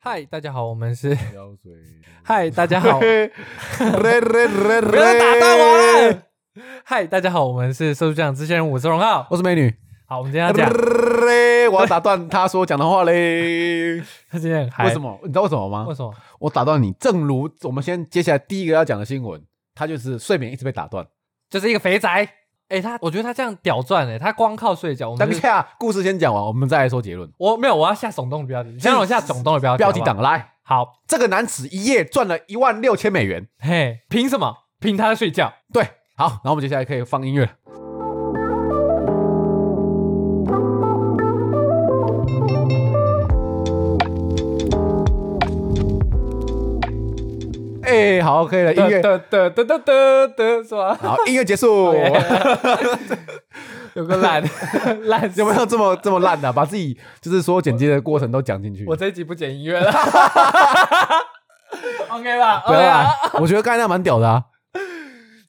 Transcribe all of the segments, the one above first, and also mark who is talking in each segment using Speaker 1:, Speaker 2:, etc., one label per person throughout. Speaker 1: 嗨，大家好，我们 是
Speaker 2: 撩水。
Speaker 1: 嗨，大家 好，
Speaker 2: 嘿，嘞嘞嘞
Speaker 1: 不要再打断我
Speaker 2: 啊
Speaker 1: 了。嗨，大家好，我们是收书匠支线人，我是荣浩。
Speaker 2: 我是美女。
Speaker 1: 好，我们今天要 讲，
Speaker 2: 嘞 我要打断他说讲的话嘞。
Speaker 1: 他今天很嗨，
Speaker 2: 为什？么？你知道为什么吗
Speaker 1: 为？什么？
Speaker 2: 我打断你，正如我们先接下来第一个要讲的新闻，他就是睡眠一直被打断。
Speaker 1: 就是一个肥宅。哎、他我觉得他这样屌赚哎、他光靠睡觉。我们
Speaker 2: 当
Speaker 1: 是
Speaker 2: 下故事先讲完，我们再来说结论。
Speaker 1: 我没有，我要下耸动的标题，先让我下耸动的标题。
Speaker 2: 标题
Speaker 1: 好不好
Speaker 2: 党来，
Speaker 1: 好，
Speaker 2: 这个男子一夜赚了一万六千美元。
Speaker 1: 嘿，凭什么？凭他睡觉？
Speaker 2: 对，好，然后我们接下来可以放音乐。哎、好，可以了，音乐。
Speaker 1: 得得得得得得，是吧？
Speaker 2: 好，音乐 结束。
Speaker 1: 有个烂烂死
Speaker 2: 有没有这么这么烂的、啊把自己就是所有剪接的过程都讲进去。
Speaker 1: 我这一集不剪音乐 了 ，OK 吧
Speaker 2: 不
Speaker 1: ？OK
Speaker 2: 要
Speaker 1: 吧
Speaker 2: 啦，我觉得刚才那蛮屌 的啊。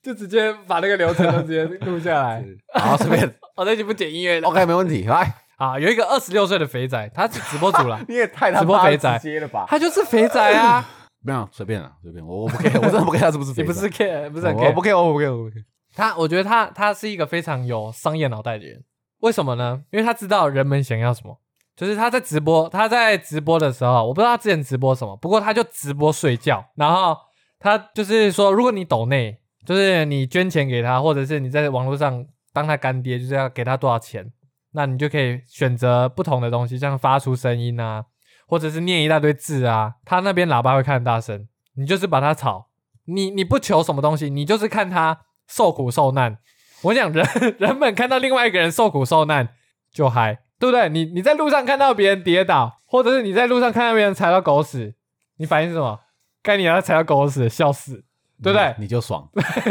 Speaker 1: 就直接把那个流程都直接录下来。
Speaker 2: 好，随便。
Speaker 1: 我这集不剪音乐了。
Speaker 2: OK，没问题。来，，
Speaker 1: 啊，有一个二十六岁的肥仔，他是直播主 啦
Speaker 2: 你也太
Speaker 1: 直播肥仔
Speaker 2: 接了吧？
Speaker 1: 他就是肥仔啊，
Speaker 2: 没有，随便啊了，随便。我我不 care，我真的不 care 他是不 是肥
Speaker 1: 也
Speaker 2: 仔。
Speaker 1: 不是 care，不是很
Speaker 2: 我不
Speaker 1: care。
Speaker 2: care，我不哦 care，我不 care。
Speaker 1: 他，我觉得他他是一个非常有商业脑袋的人，为什么呢？因为他知道人们想要什么。就是他在直播，他在直播的时候，我不知道他之前直播什么，不过他就直播睡觉，然后他就是说，如果你抖内，就是你捐钱给他，或者是你在网络上当他干爹，就是要给他多少钱，那你就可以选择不同的东西，像发出声音啊，或者是念一大堆字啊，他那边喇叭会看大声，你就是把他吵，你你不求什么东西，你就是看他受苦受难。我想人 人们看到另外一个人受苦受难就嗨，对不对？你你在路上看到别人跌倒，或者是你在路上看到别人踩到狗屎，你反应是什么？该你要踩到狗屎，笑死， 对不对？
Speaker 2: 你就爽，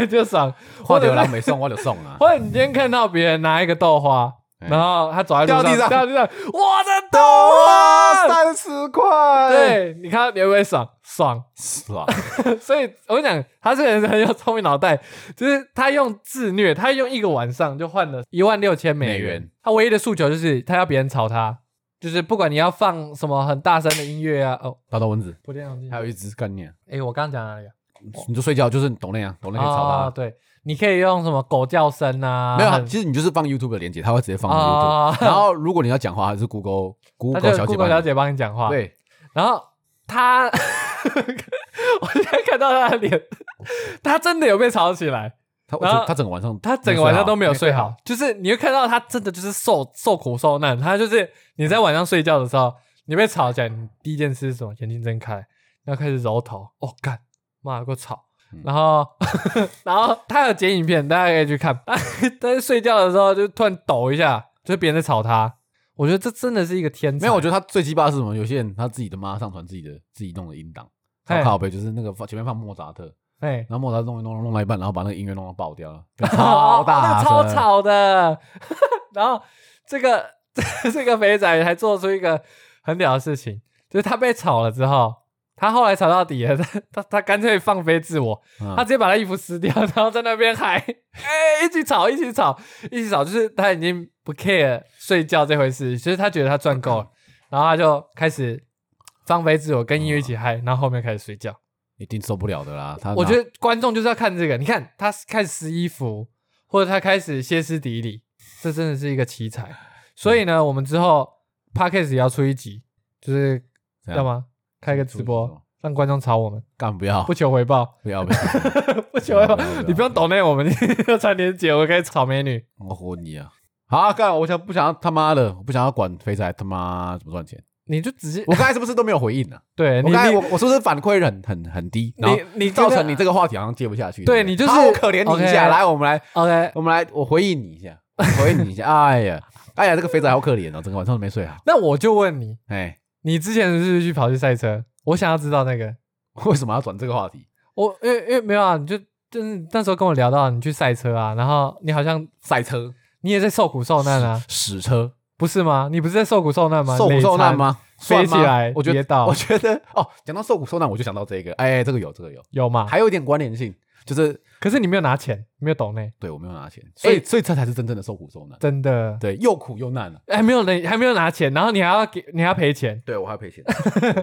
Speaker 1: 就爽。
Speaker 2: 花
Speaker 1: 或者
Speaker 2: 流
Speaker 1: 是
Speaker 2: 浪没送我就送啊。
Speaker 1: 或者你今天看到别人拿一个豆花，
Speaker 2: 嗯
Speaker 1: 然后他走在路
Speaker 2: 掉地
Speaker 1: 上，哎
Speaker 2: 上
Speaker 1: 掉地上，我的豆
Speaker 2: 哇，
Speaker 1: 花，
Speaker 2: 啊三十块，，
Speaker 1: 对你看到你会不会爽？爽。
Speaker 2: 爽，
Speaker 1: 所以我跟你讲，他这个人是很有聪明脑袋，就是他用自虐，他用一个晚上就换了一万六千美
Speaker 2: 美
Speaker 1: 元
Speaker 2: 元。
Speaker 1: 他唯一的诉求就是他要别人吵他，就是不管你要放什么很大声的音乐啊，哦，
Speaker 2: 打到蚊子，
Speaker 1: 不电脑进
Speaker 2: 还。有一只干念，
Speaker 1: 哎，我刚刚讲哪里啊？
Speaker 2: 你就睡觉，就是抖那样，抖那可以
Speaker 1: 啊，
Speaker 2: 吵
Speaker 1: 对，你可以用什么狗叫声啊？
Speaker 2: 他。没有啊，
Speaker 1: 很
Speaker 2: 其实你就是放 YouTube 的链接，他会直接放
Speaker 1: 啊
Speaker 2: YouTube。然后如果你要讲话，还是 Google
Speaker 1: 他
Speaker 2: Google
Speaker 1: 就
Speaker 2: 小姐
Speaker 1: Google 小
Speaker 2: 帮你。
Speaker 1: 姐帮你讲话。
Speaker 2: 对，
Speaker 1: 然后他， 我现在看到他的脸，他真的有被吵起来，
Speaker 2: 他
Speaker 1: 然后
Speaker 2: 他整个晚上，
Speaker 1: 他整个晚上都没有睡
Speaker 2: 没
Speaker 1: 好，就是你会看到他真的就是受受苦受难，他就是你在晚上睡觉的时候，你被吵起来，你第一件事是什么？眼睛睁开，然后开始揉头，哦干，妈的给我吵
Speaker 2: 嗯。
Speaker 1: 然后， 然后他有剪影片，大家可以去看。 但是睡觉的时候就突然抖一下，就是别人在吵他。我觉得这真的是一个天才。
Speaker 2: 没有，我觉得他最鸡巴的是什么？有些人他自己的妈上传自己的自己弄的音档，
Speaker 1: 嘿
Speaker 2: 好靠呗，就是那个放前面放莫扎特，
Speaker 1: 得，哎，
Speaker 2: 然后莫扎特弄一弄弄到一半，然后把那个音乐弄到爆掉 了，
Speaker 1: 哦
Speaker 2: 超大
Speaker 1: 那
Speaker 2: 声，
Speaker 1: 超吵的。 然后这个 这个肥仔还做出一个很屌的事情，就是他被炒了之后，他后来炒到底了， 他他他干脆放飞自我，
Speaker 2: 嗯
Speaker 1: 他直接把他衣服撕掉，然后在那边喊：“ 哎、一起吵，一起吵，一起吵！”就是他已经不 care 睡觉这回事，就是他觉得他赚够了，
Speaker 2: 嗯
Speaker 1: 然后他就开始放飞自我，跟音乐一起嗨，然后后面开始睡觉。
Speaker 2: 一定受不了的啦。他
Speaker 1: 我觉
Speaker 2: 得
Speaker 1: 得观众就是要看这个，你看他开始撕衣服，或者他开始歇斯底里，这真的是一个奇才。所以
Speaker 2: 嗯
Speaker 1: 呢，我们之后 podcast 也要出一集，就是
Speaker 2: 这
Speaker 1: 干
Speaker 2: 样
Speaker 1: 嘛开个
Speaker 2: 出
Speaker 1: 直
Speaker 2: 一集是吗
Speaker 1: 播，让观众吵我们，
Speaker 2: 干不要
Speaker 1: 不求回 报，
Speaker 2: 不要不要，
Speaker 1: 不求回报
Speaker 2: 不要不要，
Speaker 1: 你不用懂内我们， 要传连姐，我可以炒美女。
Speaker 2: 我活你啊！好干，我想不想要他妈的，我不想要管肥仔他妈怎么赚钱。
Speaker 1: 你就直接
Speaker 2: 我刚才是不是都没有回应呢、啊
Speaker 1: 对
Speaker 2: 我
Speaker 1: 你
Speaker 2: 刚才我
Speaker 1: 你
Speaker 2: 我是不是反馈很很很低？然后
Speaker 1: 你
Speaker 2: 造成你
Speaker 1: 个
Speaker 2: 这个话题好像接不下去。
Speaker 1: 对
Speaker 2: 不
Speaker 1: 你就是
Speaker 2: 好我可怜你一
Speaker 1: OK
Speaker 2: 下。来，我们来
Speaker 1: OK，
Speaker 2: 我们来，我回应你一下，回应你一下。 哎呀，哎呀，这个肥仔好可怜哦，整个晚上都没睡好。
Speaker 1: 那我就问你，
Speaker 2: 哎，
Speaker 1: 你之前是不是去跑去赛车？我想要知道那个，
Speaker 2: 为什么要转这个话题？
Speaker 1: 我因为因为没有啊，你就就是那时候跟我聊到你去赛车啊，然后你好像
Speaker 2: 赛车、
Speaker 1: 你也在受苦受难啊，
Speaker 2: 屎车，
Speaker 1: 不是吗？你不是在受苦受难吗？
Speaker 2: 受苦受难
Speaker 1: 累残？
Speaker 2: 吗？
Speaker 1: 飞
Speaker 2: 算
Speaker 1: 起
Speaker 2: 吗
Speaker 1: 来
Speaker 2: 我觉
Speaker 1: 跌
Speaker 2: 得
Speaker 1: 倒
Speaker 2: 我觉得哦，讲到受苦受难，我就想到这个，哎，这个有，这个有，
Speaker 1: 有嘛？
Speaker 2: 还有一点关联性。就是
Speaker 1: 可是你没有拿钱，没有抖内，
Speaker 2: 对我没有拿钱，所以、
Speaker 1: 哎
Speaker 2: 所以这才是真正的受苦受难，
Speaker 1: 真的，
Speaker 2: 对，又苦又难啊。
Speaker 1: 还没有人，还没有拿钱，然后你还要给，你还要赔钱，
Speaker 2: 对我还赔钱，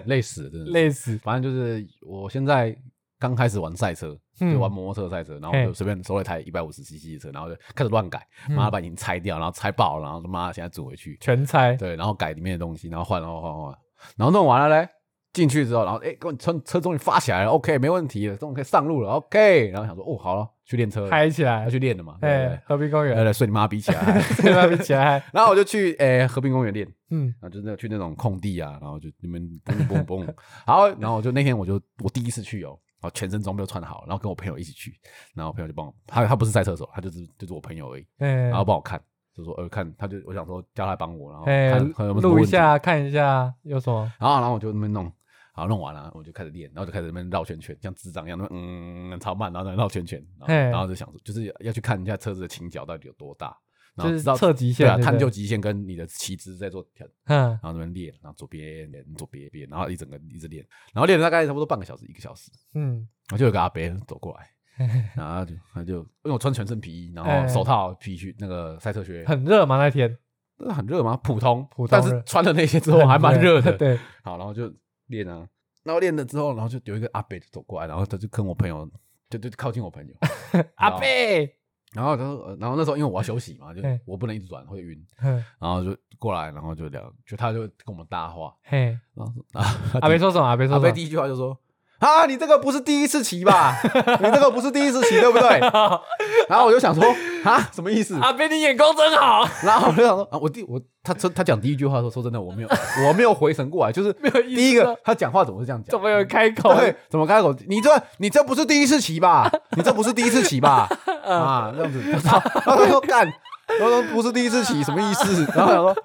Speaker 2: 累死了，真的 是
Speaker 1: 累死。
Speaker 2: 反正就是我现在刚开始玩赛车，
Speaker 1: 嗯
Speaker 2: 就玩摩托车赛车，然后我就随便收了一台一百五十 cc 的车，然后就开始乱改，妈的把引擎拆掉，然后拆爆了，然后他妈现在组回去，
Speaker 1: 全拆，
Speaker 2: 对，然后改里面的东西，然后换，然后换换，换然后弄完了嘞，进去之后，然后哎，给我车车终于发起来了，OK，没问题了，终于可以上路了，OK，然后想说哦，好了，去练车了，
Speaker 1: 嗨起
Speaker 2: 要
Speaker 1: 来，
Speaker 2: 去练了嘛，对呃不
Speaker 1: 哎
Speaker 2: 对，
Speaker 1: 和平公
Speaker 2: 对？
Speaker 1: 园，，
Speaker 2: 对，睡你妈逼起来
Speaker 1: 对吧？啊比起来，
Speaker 2: 然后我就去诶和平公园练，
Speaker 1: 嗯，
Speaker 2: 然后就那去那种空地啊，然后就你们嘣嘣嘣 嘣，好，然后我就那天我就我第一次去哦，然后全身装备都穿好，然后跟我朋友一起去，然后我朋友就帮我，他他不是赛车手，他就是就是我朋友而已，
Speaker 1: 哎
Speaker 2: 然后帮我看，就说呃看，他就我想说叫他帮我，然后
Speaker 1: 哎
Speaker 2: 看看有没有什么
Speaker 1: 录一
Speaker 2: 问题，然
Speaker 1: 下看一下有什么，
Speaker 2: 后然后我就那边弄。好，弄完了，我就开始练，然后就开始那边绕圈圈，像智障一样，那边嗯超慢，然后在那边绕圈圈，然后
Speaker 1: 哎
Speaker 2: 然后就想说，就是要去看一下车子的倾角到底有多大，然后
Speaker 1: 就是
Speaker 2: 知道
Speaker 1: 测极限
Speaker 2: 对啊，
Speaker 1: 对不对
Speaker 2: 探究极限跟你的旗帜在做调
Speaker 1: 嗯，
Speaker 2: 然后那边练，然后左边练，左边练，然后一整个一直练，然后练了大概差不多半个小时，一个小时，
Speaker 1: 嗯，
Speaker 2: 然后就有个阿伯走过来， 然后他就他就因为我穿全身皮衣，然后手套、皮靴、那个赛车靴，
Speaker 1: 很热嘛那天，
Speaker 2: 那很热吗？普通，
Speaker 1: 普通
Speaker 2: 但
Speaker 1: 热
Speaker 2: 是穿了那些之后还蛮热的。，
Speaker 1: 对，
Speaker 2: 好，然后就练啊，然后练了之后，然后就有一个阿伯就走过来，然后他就跟我朋友，就就靠近我 朋友，
Speaker 1: 阿贝，
Speaker 2: 然后他说，呃然后那时候因为我要休息嘛，就
Speaker 1: 嘿
Speaker 2: 我不能一直转会晕，
Speaker 1: 嗯
Speaker 2: 然后就过来，然后就聊，就他就跟我们搭话，
Speaker 1: 嘿，
Speaker 2: 然后说啊，
Speaker 1: 阿贝说什么？阿贝说
Speaker 2: 阿
Speaker 1: 什
Speaker 2: 飞
Speaker 1: 么？？”
Speaker 2: 第一句话就说：“啊，你这个不是第一次骑吧？你这个不是第一次骑，对不对 然后我就想说：“啊，什么意思
Speaker 1: 阿贝，你眼光真好，？”
Speaker 2: 然后我就想说：“啊，我第我他说他讲第一句话的时候，说真的，我没有我没有回神过来，就是
Speaker 1: 没有意识
Speaker 2: 第一
Speaker 1: 到
Speaker 2: 个他讲话怎么是这样 讲？
Speaker 1: 怎么有人开口？
Speaker 2: 对，怎么开口？你这你这不是第一次骑吧？ 你这不是第一次 骑吧？
Speaker 1: 嗯
Speaker 2: 啊，这样子， 然后他说干，他说不是第一次骑，什么意思？ 然后我想说，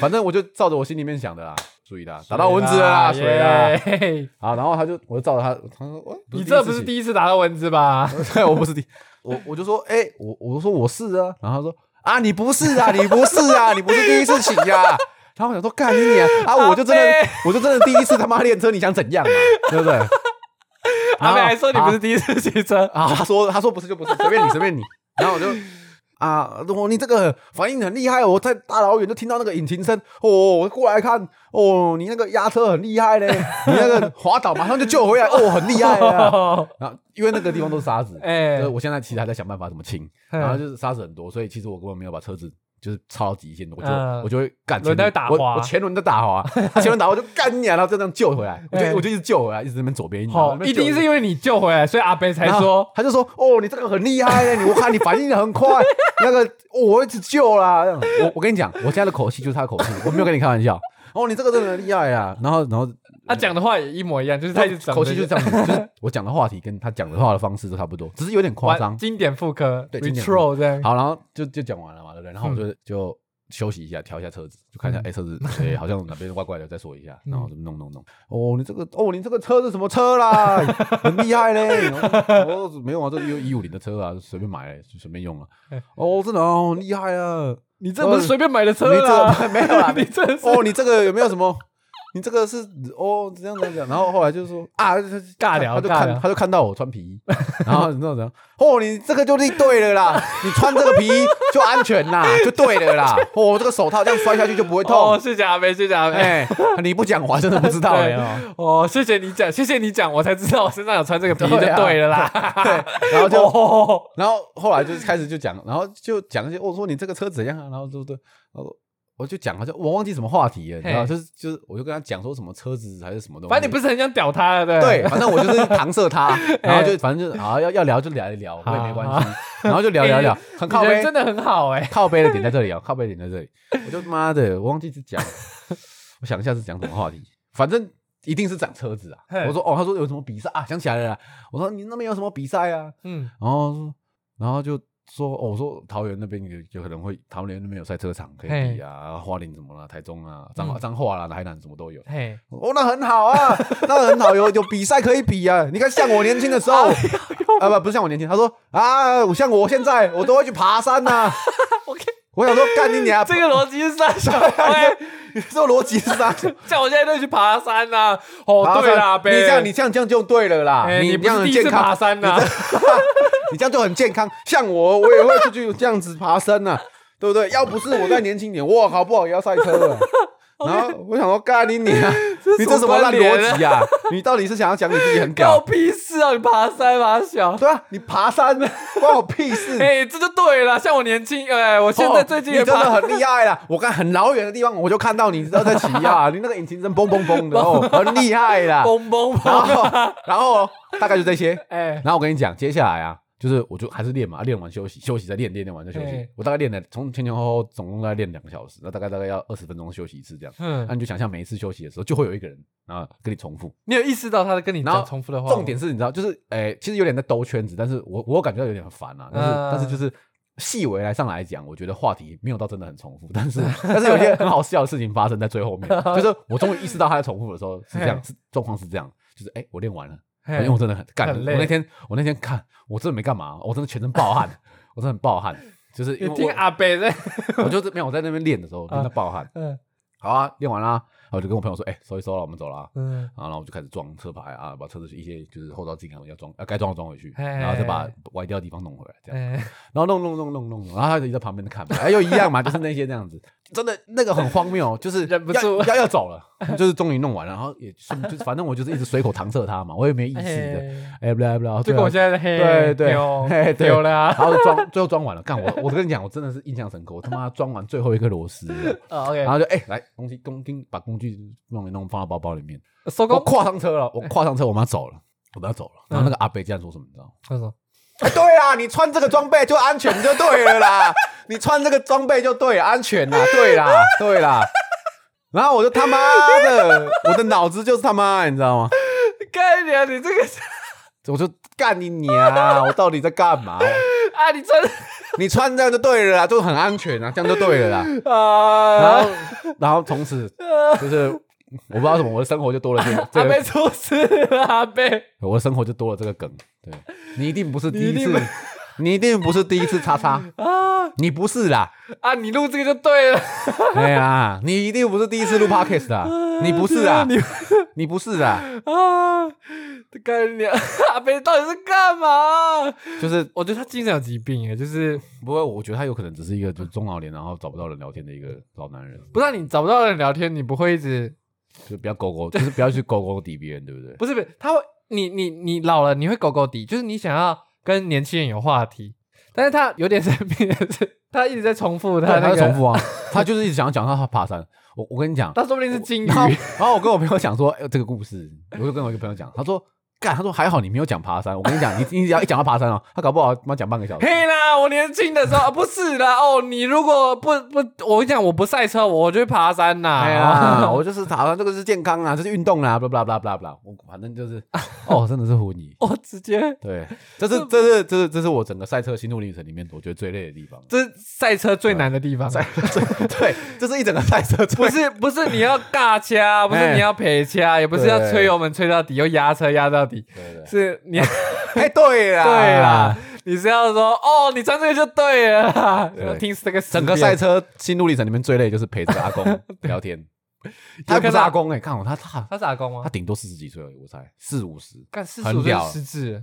Speaker 2: 反正我就照着我心里面想的啦，注意啦， 打到蚊子了啦，水啦。
Speaker 1: 啊耶 嘿
Speaker 2: 啊，然后他就我就照着他，他说：“哦我
Speaker 1: 你这不是第一次打到蚊子 吧？
Speaker 2: 一次 骑，对，我不是第一，我我就说，哎、我我说我是啊，然后他说啊，你不是啊，你不是啊，你不是第一次骑呀、啊。”然后我想说，干你啊！啊，我就真
Speaker 1: 阿
Speaker 2: 的
Speaker 1: 贝，
Speaker 2: 我就真的第一次他妈练车，你想怎样嘛？对不对？
Speaker 1: 阿
Speaker 2: 然后
Speaker 1: 贝还说你不是第一次骑车，
Speaker 2: 啊，他说他说不是就不是，随便你随便你。然后我就啊，我你这个反应很厉害哦，我在大老远就听到那个引擎声，哦，我过来看，哦，你那个压车很厉害嘞，你那个滑倒马上就救回来，哦，很厉害啊。然后因为那个地方都是沙子，
Speaker 1: 哎
Speaker 2: 就是我现在其实还在想办法怎么清，
Speaker 1: 嗯
Speaker 2: 然后就是沙子很多，所以其实我根本没有把车子就是超到极限，我就、
Speaker 1: 嗯
Speaker 2: 我就会干
Speaker 1: 轮胎打
Speaker 2: 我
Speaker 1: 滑
Speaker 2: 我前轮在打滑， 前轮打滑就干你、啊，然后就这样救回来，我就、
Speaker 1: 哎
Speaker 2: 我就一直救回来，一直在那边左边，
Speaker 1: 好，一定是
Speaker 2: 为
Speaker 1: 因为你救回来，所以阿贝才说，
Speaker 2: 他就说哦，你这个很厉害嘞，你我看你反应得 很快，那个、哦、我一直救啦，这样我我跟你讲，我现在的口气就是他的口气，我没有跟你开玩笑。哦，你这个真的很厉害啊！然后，然后
Speaker 1: 他讲的话也一模一样，就是他一直讲
Speaker 2: 口气就是
Speaker 1: 这
Speaker 2: 这样子，就是我讲的话题跟他讲的话的方式都差不多，只是有点夸
Speaker 1: 样
Speaker 2: 张
Speaker 1: 玩。经典复刻
Speaker 2: 对经典复刻
Speaker 1: ，retro 这样，
Speaker 2: 好，然后就就讲完了嘛，对不对？然后我就、
Speaker 1: 嗯
Speaker 2: 就休息一下，调一下车子，就看一下，哎、车子，哎、好像哪边怪怪的，再说一
Speaker 1: 嗯
Speaker 2: 下，然后就弄弄弄。哦，你这个，哦，你这个车是什么车 啦？很厉害嘞！哦，没有啊，这有一五零的车啊，随便买，就随便 用啊。哦，真的哦，很厉害啊！
Speaker 1: 你这不是随便买的车
Speaker 2: 你
Speaker 1: 啦
Speaker 2: 这？ 没有 啦，
Speaker 1: 你这是
Speaker 2: 哦，你这个有没有什么？你这个是哦，这样这样这样，然后后来就说啊，他
Speaker 1: 尬聊
Speaker 2: 他就
Speaker 1: 尬聊
Speaker 2: 看他就看到我穿皮衣，然后你知道怎样？哦，你这个就是对了啦，你穿这个皮衣就安全啦，就对了啦。哦，这个手套这样摔下去就不会
Speaker 1: 哦，
Speaker 2: 痛。
Speaker 1: 谢谢阿贝，谢谢阿贝。
Speaker 2: 哎，你不讲我还真的不知道哎
Speaker 1: 对。哦，谢谢你讲，谢谢你讲，我才知道我身上有穿这个皮就
Speaker 2: 对啊
Speaker 1: 对了啦。
Speaker 2: 对，然后 就
Speaker 1: 哦，
Speaker 2: 然后后来就是开始就讲，然后就讲一些，我、说你这个车怎样啊？然后对不对？然后我就讲，好像我忘记什么话题了，你知道，
Speaker 1: 嘿
Speaker 2: 就是就是，我就跟他讲说什么车子还是什么东西。
Speaker 1: 反正你不是很想屌他的，
Speaker 2: 对，反正我就是搪塞他，然后就反正就是啊，要要聊就聊一聊，我也没关系，然后就聊聊聊，很靠
Speaker 1: 哎你人
Speaker 2: 背
Speaker 1: 真，的很好哎、
Speaker 2: 靠背的点在这里啊，靠背的 点在这里，我就妈的，我忘记是讲， 我想一下是讲什么话题，反正。一定是讲车子啊！
Speaker 1: 嘿
Speaker 2: 我说哦，他说有什么比赛啊？想起来了啦！我说你那边有什么比赛啊？
Speaker 1: 嗯，
Speaker 2: 然后说然后就说哦，我说桃园那边有有可能会，桃园那边有赛车场可以比啊，花莲什么啦，台中啊，彰化
Speaker 1: 嗯
Speaker 2: 彰化啦，台南什么都有。
Speaker 1: 嘿，
Speaker 2: 哦，那很好啊， 那很好，有有比赛可以比啊。你看，像我年轻的时
Speaker 1: 哎
Speaker 2: 候， 啊不不是像我年轻，他说啊，我像我现在我都会去爬山呐、
Speaker 1: 我看
Speaker 2: 我想说，干你 娘！
Speaker 1: 这个逻辑是啥？小
Speaker 2: 哎
Speaker 1: 喂，
Speaker 2: 你这逻辑是啥？
Speaker 1: 叫我现在就去爬山呐、哦，
Speaker 2: 爬山
Speaker 1: 对啦，
Speaker 2: 你
Speaker 1: 呗
Speaker 2: 这样你这样这样就对了啦。
Speaker 1: 哎你
Speaker 2: 你
Speaker 1: 不
Speaker 2: 这样
Speaker 1: 是
Speaker 2: 很
Speaker 1: 第一
Speaker 2: 健
Speaker 1: 次
Speaker 2: 康
Speaker 1: 爬，山啊呐、
Speaker 2: 你这样就很健康。像我，我也会出去这样子爬山呐、 对不对？要不是我再年轻点，我好不好也要赛 车了。然后我想说，干你娘！你这什么烂逻 辑啊？你到底是想要讲你自己很
Speaker 1: 干我
Speaker 2: 屌？
Speaker 1: 屁事啊！你爬山爬小，
Speaker 2: 对啊，你 爬山关我屁事！
Speaker 1: 哎、这就对了。像我年轻，哎、我现在最近
Speaker 2: 哦
Speaker 1: 也
Speaker 2: 你真的
Speaker 1: 爬，
Speaker 2: 很厉害啦！我看很老远的地方我就看到你在骑 啊，你那个引擎声嘣嘣嘣的哦，很厉害啦。
Speaker 1: 蹦蹦
Speaker 2: 然
Speaker 1: 蹦，
Speaker 2: 后，然后大概就这些。
Speaker 1: 哎、
Speaker 2: 然后我跟你讲，接下来啊，就是我就还是练嘛，练完休息，休息再练，练练完再休息
Speaker 1: 对。
Speaker 2: 我大概练了从前前后后总共大概练两个小时，那大概大概要二十分钟休息一次这样。那、
Speaker 1: 嗯，
Speaker 2: 你就想象每一次休息的时候，就会有一个人啊跟你重复。
Speaker 1: 你有意识到他在跟你
Speaker 2: 然后
Speaker 1: 讲重复的话吗？
Speaker 2: 重点是，你知道，就是诶、其实有点在兜圈子，但是我我有感觉到有点很烦啊。但是、
Speaker 1: 嗯
Speaker 2: 但是就是细微来上来讲，我觉得话题没有到真的很重复，但是但是有些很好笑的事情发生在最后面，就是我终于意识到他在重复的时候是这样，是状况是这样，就是诶、我练完了。
Speaker 1: 嘿，
Speaker 2: 因为我真的很干。
Speaker 1: 很累
Speaker 2: 我那天我那天看，我真的没干嘛，我真的全身暴汗，我真的很暴汗，就是因
Speaker 1: 你
Speaker 2: 为
Speaker 1: 听啊阿北在，
Speaker 2: 我我就是没有我在那边练的时候真的暴汗。
Speaker 1: 嗯
Speaker 2: 好啊，练完啦，然后我就跟我朋友说，哎，收一收了，我们走了啊。
Speaker 1: 嗯，
Speaker 2: 然后然后我就开始装车牌啊，把车子一些就是后照镜啊要装，呃该装的装回去，
Speaker 1: 嘿
Speaker 2: 然后再把歪掉的地方弄回来，这样，
Speaker 1: 哎、
Speaker 2: 然后弄弄弄弄弄，弄然后他就一直在旁边看，哎，又一样嘛，就是那些这样子，真的那个很荒谬，就是
Speaker 1: 忍不住
Speaker 2: 要要要走了，就是终于弄完了，然后也顺就是反正我就是一直随口搪塞他嘛，我也没意思的，
Speaker 1: 哎
Speaker 2: 哎，不啦不啦，
Speaker 1: 就
Speaker 2: 对
Speaker 1: 跟
Speaker 2: 啊
Speaker 1: 我现在的黑
Speaker 2: 对对
Speaker 1: 丢
Speaker 2: 嘿对
Speaker 1: 丢了啊、
Speaker 2: 然后装最后装完了，干我我跟你讲，我真的是印象深刻，我他妈装完最后一个螺丝，
Speaker 1: 哦，OK，
Speaker 2: 然后就哎、来东西工具把工具弄一弄放到包包里面，
Speaker 1: 收
Speaker 2: 我
Speaker 1: 工。
Speaker 2: 跨上车了，我跨上车，我妈走了，我妈走了，然后那个阿伯竟然说什么，你知道吗？
Speaker 1: 他说
Speaker 2: 嗯哎对啦，你穿这个装备就安全就对了啦，你穿这个装备就对安全啦，对啦对啦。然后我就他妈的，我的脑子就是他妈，你知道吗？：“
Speaker 1: 干你啊，你这个
Speaker 2: 我就干你娘！我到底在干嘛？
Speaker 1: 啊，你穿
Speaker 2: 你穿这样就对了啦，就很安全啊，这样就对了 啦。然
Speaker 1: 啊
Speaker 2: 后，然后从此就是我不知道为什么，我的生活就多了啊 这
Speaker 1: 阿
Speaker 2: 个，这
Speaker 1: 贝
Speaker 2: 个
Speaker 1: 出事了，阿贝，
Speaker 2: 我的生活就多了这个梗。对你一定不是第一
Speaker 1: 你一定
Speaker 2: 次，你一定不是第一次叉叉，
Speaker 1: 啊
Speaker 2: 你不是啦，
Speaker 1: 啊，你录这个就对了，
Speaker 2: 哎呀，你一定不是第一次录 podcast 啦，你不是啊，
Speaker 1: 你
Speaker 2: 你不是啊，
Speaker 1: 啊，干你啊，阿贝到底是干嘛？啊
Speaker 2: 就是
Speaker 1: 我觉得他精神有疾病哎，就是
Speaker 2: 不过我觉得他有可能只是一个就是中老年然后找不到人聊天的一个老男人，
Speaker 1: 不让你找不到人聊天，你不会一直
Speaker 2: 就不要勾 勾，就是不要去勾勾敌别人，对不对？
Speaker 1: 不是不是，他会你你你老了，你会狗狗底，就是你想要跟年轻人有话题，但是他有点生病的是，他一直在重复他
Speaker 2: 对
Speaker 1: 那
Speaker 2: 他
Speaker 1: 个
Speaker 2: 在重，复啊，他就是一直想要讲他爬山。我我跟你讲，
Speaker 1: 他说不定是金鱼
Speaker 2: 然后，然后我跟我朋友讲说，哎、这个故事，我就跟我一个朋友讲，他说，干，他说还好你没有讲爬山。我跟你讲，你你只要一讲到爬山哦，他搞不好妈讲半个小时。
Speaker 1: 嘿啦，我年轻的时候、啊、不是 啦哦，你如果不不，我跟你讲，我不赛车，我就去爬山啦。
Speaker 2: 哎呀，
Speaker 1: 哦
Speaker 2: 我就是爬山，这个是健康啊，这是运动啊，blah blah blah blah blah。我反正就是，哦，真的是昏迷。
Speaker 1: 我直接
Speaker 2: 对，这是这是这是这是我整个赛车心路历程里面，我觉得最累的地方。
Speaker 1: 这是赛车最难的地方，
Speaker 2: 赛对对，这是一整个赛车
Speaker 1: 不
Speaker 2: 最
Speaker 1: 是不是你要尬掐，不是
Speaker 2: 哎
Speaker 1: 你要陪掐，也不是要吹油门吹到底，又压车压到底，
Speaker 2: 对对
Speaker 1: 是你
Speaker 2: 哎对啦
Speaker 1: 对啦，，你是要说哦，你穿这个就对了啦
Speaker 2: 对，
Speaker 1: 听这个十
Speaker 2: 整个
Speaker 1: 遍
Speaker 2: 赛车心路历程里面最累就是陪着阿公 聊天。他不是阿公哎、看我他他
Speaker 1: 他是阿公吗
Speaker 2: 他？顶多四十几岁而已，我猜四五十，
Speaker 1: 干四十
Speaker 2: 很
Speaker 1: 五岁
Speaker 2: 屌
Speaker 1: 失智，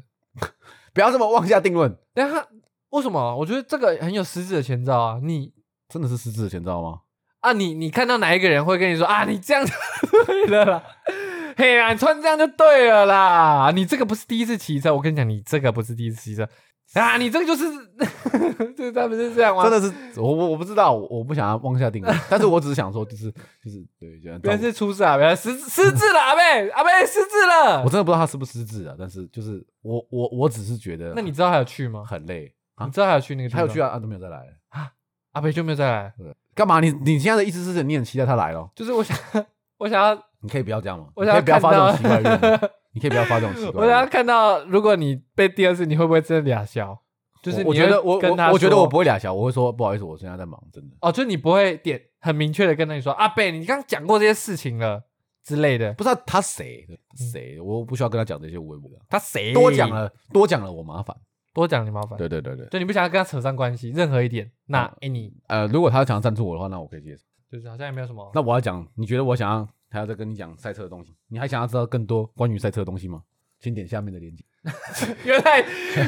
Speaker 2: 不要这么妄下定论，
Speaker 1: 但他为什么？我觉得这个很有失智的前兆啊！你
Speaker 2: 真的是失智的前兆吗？
Speaker 1: 啊，你你看到哪一个人会跟你说啊，你这样就对了啦， 嘿啊啦，你穿这样就对了啦，你这个不是第一次骑车，我跟你讲，你这个不是第一次骑车啊，你这个就是 就是他们是这样吗？
Speaker 2: 真的是我我我不知道，我我不想要妄 下定论，但是我只是想说，就是就是对，就
Speaker 1: 原来是出事啊，原来失失智了，阿妹阿妹失智
Speaker 2: 我
Speaker 1: 了。
Speaker 2: 真的不知道他是不是失智啊，但是就是我我我只是觉得
Speaker 1: 那你知道还有去吗？
Speaker 2: 很累
Speaker 1: 你
Speaker 2: 啊，
Speaker 1: 知道还有去那个地
Speaker 2: 他
Speaker 1: 方？
Speaker 2: 有去啊，啊都没有再来了，
Speaker 1: 阿北就没有再来，
Speaker 2: 对干嘛？你你现在的意思是你很期待他来咯？
Speaker 1: 就是我想我想要
Speaker 2: 你可以不要这样吗？
Speaker 1: 我
Speaker 2: 你
Speaker 1: 想
Speaker 2: 可以
Speaker 1: 要
Speaker 2: 不
Speaker 1: 看
Speaker 2: 要发这
Speaker 1: 到
Speaker 2: 种奇怪的愿 望，你可以不要发这种奇怪
Speaker 1: 我
Speaker 2: 的
Speaker 1: 想
Speaker 2: 愿
Speaker 1: 要
Speaker 2: 望。
Speaker 1: 看到，如果你被第二次，你会不会真的俩笑？就是
Speaker 2: 我
Speaker 1: 你
Speaker 2: 我觉
Speaker 1: 会
Speaker 2: 得我
Speaker 1: 跟他
Speaker 2: 我我觉得
Speaker 1: 说
Speaker 2: 我不会俩小，我会说不好意思，我现在在忙，真的。
Speaker 1: 哦，就你不会点很明确的跟他说，阿贝，你刚刚讲过这些事情了之类的。
Speaker 2: 不知道
Speaker 1: 嗯
Speaker 2: 他谁谁，我不需要跟他讲这些微博的。
Speaker 1: 他谁
Speaker 2: 多讲？了，多讲了我麻烦。
Speaker 1: 多讲你麻烦。
Speaker 2: 哎对对对对，
Speaker 1: 就你不想要跟他扯上关系，任何一点，那哎、你
Speaker 2: 呃，如果他想要赞助我的话，那我可以接受。
Speaker 1: 就是好像也没有什么。
Speaker 2: 那我要讲，你觉得我想要还要再跟你讲赛车的东西，你还想要知道更多关于赛车的东西吗？请点下面的链接。
Speaker 1: 原来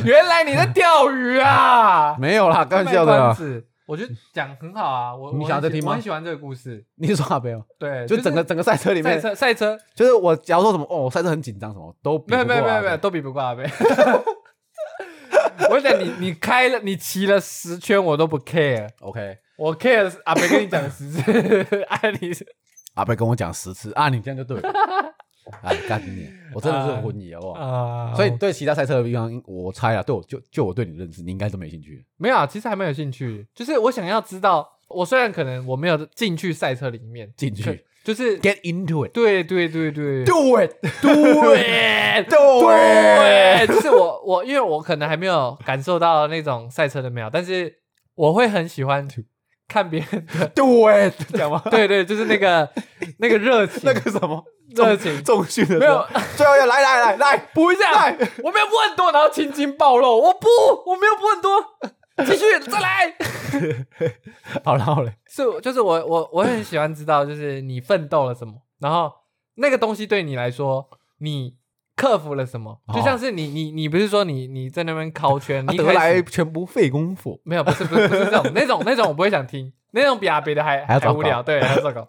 Speaker 1: 原来你在钓鱼啊！
Speaker 2: 没有啦，开玩笑的
Speaker 1: 卖关
Speaker 2: 啦。
Speaker 1: 子。我觉得讲很好啊，我
Speaker 2: 你
Speaker 1: 我
Speaker 2: 想要
Speaker 1: 很
Speaker 2: 再
Speaker 1: 喜
Speaker 2: 听
Speaker 1: 我
Speaker 2: 吗
Speaker 1: 很喜欢这个故事，
Speaker 2: 你是说阿贝哦？
Speaker 1: 对，
Speaker 2: 就是整个整个赛车里
Speaker 1: 赛
Speaker 2: 面，
Speaker 1: 车赛车，
Speaker 2: 就是我假如说什么哦，赛车很紧张什么，都比
Speaker 1: 没有
Speaker 2: 不
Speaker 1: 没有
Speaker 2: 过
Speaker 1: 没
Speaker 2: 阿
Speaker 1: 有没有，
Speaker 2: 贝
Speaker 1: 都比不过阿贝。 我讲你你开了你骑了十圈我都不 care，
Speaker 2: OK，
Speaker 1: 我 care 是阿北跟你讲十次，爱你
Speaker 2: 阿贝跟我讲十次啊，你这样就对了。哎，干你！我真的是很昏迷，好不好？
Speaker 1: 啊
Speaker 2: 所以对其他赛车的地方，我猜啊，对我就就我对你的认识，你应该都没兴趣。
Speaker 1: 没有啊，其实还蛮有兴趣，就是我想要知道，我虽然可能我没有进去赛车里面，
Speaker 2: 进去
Speaker 1: 可就是。
Speaker 2: Get into it,
Speaker 1: 对对对对
Speaker 2: do it, do it,
Speaker 1: 对
Speaker 2: do it。
Speaker 1: 对，就是我我因为我可能还没有感受到那种赛车的美好，但是我会很喜 欢看别人的，
Speaker 2: Do it，讲 吗？
Speaker 1: 对对，就是那个那个热情，
Speaker 2: 那个什么
Speaker 1: 热情
Speaker 2: 重训的时候
Speaker 1: 没有，
Speaker 2: 最后要来来来来，
Speaker 1: 补一下，啊我没有补很多，然后青筋暴露，我不，我没有补很多，继续再来。
Speaker 2: 好然后嘞，
Speaker 1: 是，就是我我我很喜欢知道，就是你奋斗了什么，然后那个东西对你来说，你克服了什么，
Speaker 2: 哦
Speaker 1: 就像是你你你不是说你你在那边靠圈，啊你一
Speaker 2: 得
Speaker 1: 开始
Speaker 2: 来全不费功夫。
Speaker 1: 没有，不是不是不是这 种那种那种我不会想听，那种比阿别的还
Speaker 2: 还
Speaker 1: 还
Speaker 2: 要糟糕
Speaker 1: 无聊，对，还要糟糕。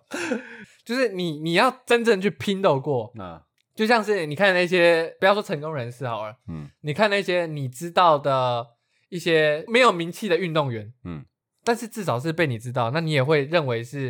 Speaker 1: 就是你你要真正去拼斗过，
Speaker 2: 那
Speaker 1: 就像是你看那些不要说成功人士好了，
Speaker 2: 嗯
Speaker 1: 你看那些你知道的一些没有名气的运动员，
Speaker 2: 嗯
Speaker 1: 但是至少是被你知道，那你也会认为是，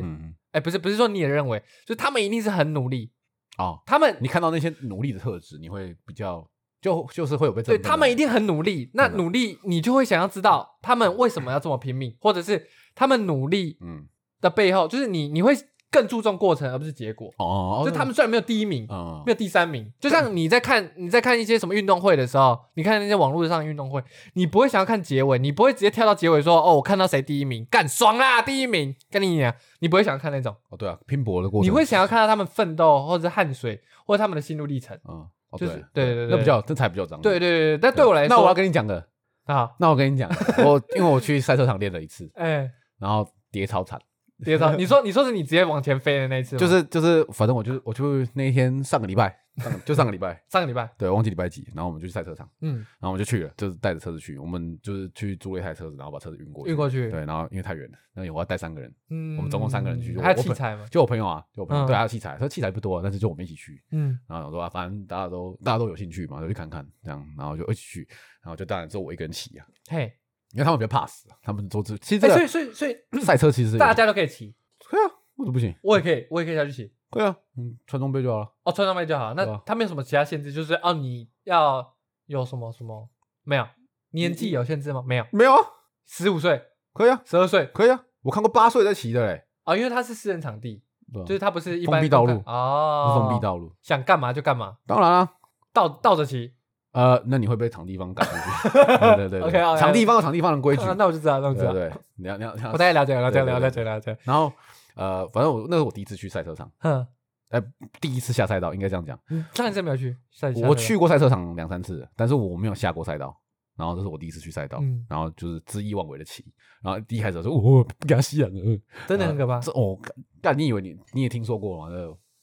Speaker 1: 哎、
Speaker 2: 嗯，
Speaker 1: 不是不是说你也认为，就他们一定是很努力，
Speaker 2: 哦，
Speaker 1: 他们
Speaker 2: 你看到那些努力的特质，你会比较就就是会有被
Speaker 1: 对
Speaker 2: 振奋
Speaker 1: 他们一
Speaker 2: 的
Speaker 1: 定很努力，那
Speaker 2: 真的
Speaker 1: 努力你就会想要知道他们为什么要这么拼命，或者是他们努力
Speaker 2: 嗯
Speaker 1: 的背后，就是你你会更注重过程而不是结果。
Speaker 2: 哦，
Speaker 1: 就他们虽然没有第一名，
Speaker 2: 嗯
Speaker 1: 没有第三名，就像你在看 你在看一些什么运动会的时候，你看那些网络上的运动会，你不会想要看结尾，你不会直接跳到结尾说哦，我看到谁第一名，干爽啦，第一名，跟你讲，你不会想要看那种，
Speaker 2: 哦对啊，拼搏的过程
Speaker 1: 你会想要看到他们奋斗或者是汗水或者他们的心路历程。
Speaker 2: 嗯，哦
Speaker 1: 就是对对对
Speaker 2: 那
Speaker 1: 对
Speaker 2: 比较这才比较脏。
Speaker 1: 对对对对，但对我来说，
Speaker 2: 那我要跟你讲的，
Speaker 1: 啊，
Speaker 2: 那我跟你讲的，我因为我去赛车场练了一次，
Speaker 1: 哎，
Speaker 2: 然后跌超惨。
Speaker 1: 别 吵，你说你说是你直接往前飞的那一次吗，
Speaker 2: 就是就是，反正我就是我就那一天上个礼拜，上个就上个礼 拜，
Speaker 1: 上个礼拜，
Speaker 2: 对，忘记礼拜几，然后我们就去赛车场，
Speaker 1: 嗯，
Speaker 2: 然后我们就去了，就是带着车子去，我们就是去租了一台车子，然后把车子运过去，
Speaker 1: 运过去，
Speaker 2: 对，然后因为太远了，那我要带三个人，
Speaker 1: 嗯
Speaker 2: 我们总共三个人去，就
Speaker 1: 还有
Speaker 2: 我
Speaker 1: 器
Speaker 2: 本
Speaker 1: 材嘛，
Speaker 2: 就我朋友啊，就我朋友，
Speaker 1: 嗯
Speaker 2: 对，还有器材，他器材不多，啊但是就我们一起去，
Speaker 1: 嗯，
Speaker 2: 然后我说、啊、反正大家都大家都有兴趣嘛，就去看看这样，然后就一起哦去，然后就当然只有我一个人骑啊，
Speaker 1: 嘿，
Speaker 2: 因为他们比较怕死，啊他们都知，其实
Speaker 1: 哎，
Speaker 2: 这
Speaker 1: 所以
Speaker 2: 个
Speaker 1: 所以所以
Speaker 2: 赛车其实
Speaker 1: 大
Speaker 2: 家
Speaker 1: 家都可以骑，
Speaker 2: 可以啊，为什么不行？
Speaker 1: 我也可以，我也可以下去骑。
Speaker 2: 可以啊，嗯，穿装备就好了。
Speaker 1: 哦，穿上麦就好。那
Speaker 2: 对啊
Speaker 1: 他没有什么其他限制，就是哦，你要有什么什么没有？年纪有限制吗？没有，
Speaker 2: 没有啊，
Speaker 1: 十五岁、
Speaker 2: 可以啊，
Speaker 1: 十二岁
Speaker 2: 可以啊，我看过八岁在骑的嘞，
Speaker 1: 啊，因为它是私人场地，
Speaker 2: 就
Speaker 1: 就是它不是一般
Speaker 2: 封闭道路
Speaker 1: 公开哦，
Speaker 2: 封闭，道路。
Speaker 1: 想干嘛就干嘛，
Speaker 2: 当然啊，
Speaker 1: 倒倒着骑。
Speaker 2: 呃，那你会被场地方赶出 去。对对对
Speaker 1: OK，OK，OK
Speaker 2: 对，场地方有场地方的规矩
Speaker 1: 啊，那我就知道，那我
Speaker 2: 对
Speaker 1: 就知道
Speaker 2: 对，对，你要你要你要
Speaker 1: 我大概了解了解
Speaker 2: 对对
Speaker 1: 了
Speaker 2: 对
Speaker 1: 解了解了解。
Speaker 2: 然后呃，反正我那是我第一次去赛车场，
Speaker 1: 哼，
Speaker 2: 哎，第一次下赛道应该这样讲。
Speaker 1: 上一次没有去，上一次
Speaker 2: 我，去过赛车场两三次，但是我没有下过赛道。然后这是我第一次去赛道
Speaker 1: 嗯，
Speaker 2: 然后就是恣意妄为的骑。然后第一开始我说我不敢吸氧了，
Speaker 1: 真的很可怕。
Speaker 2: 这哦，干干你以为你你也听说过吗？那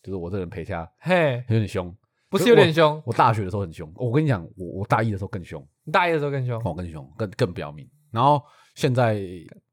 Speaker 2: 就是我这人陪下
Speaker 1: 嘿，
Speaker 2: 有点凶，
Speaker 1: 不是有点凶，
Speaker 2: 我大学的时候很凶，我跟你讲，我我大一的时候更凶，
Speaker 1: 你大一的时候更凶，
Speaker 2: 我更凶，更更不要命。然后现在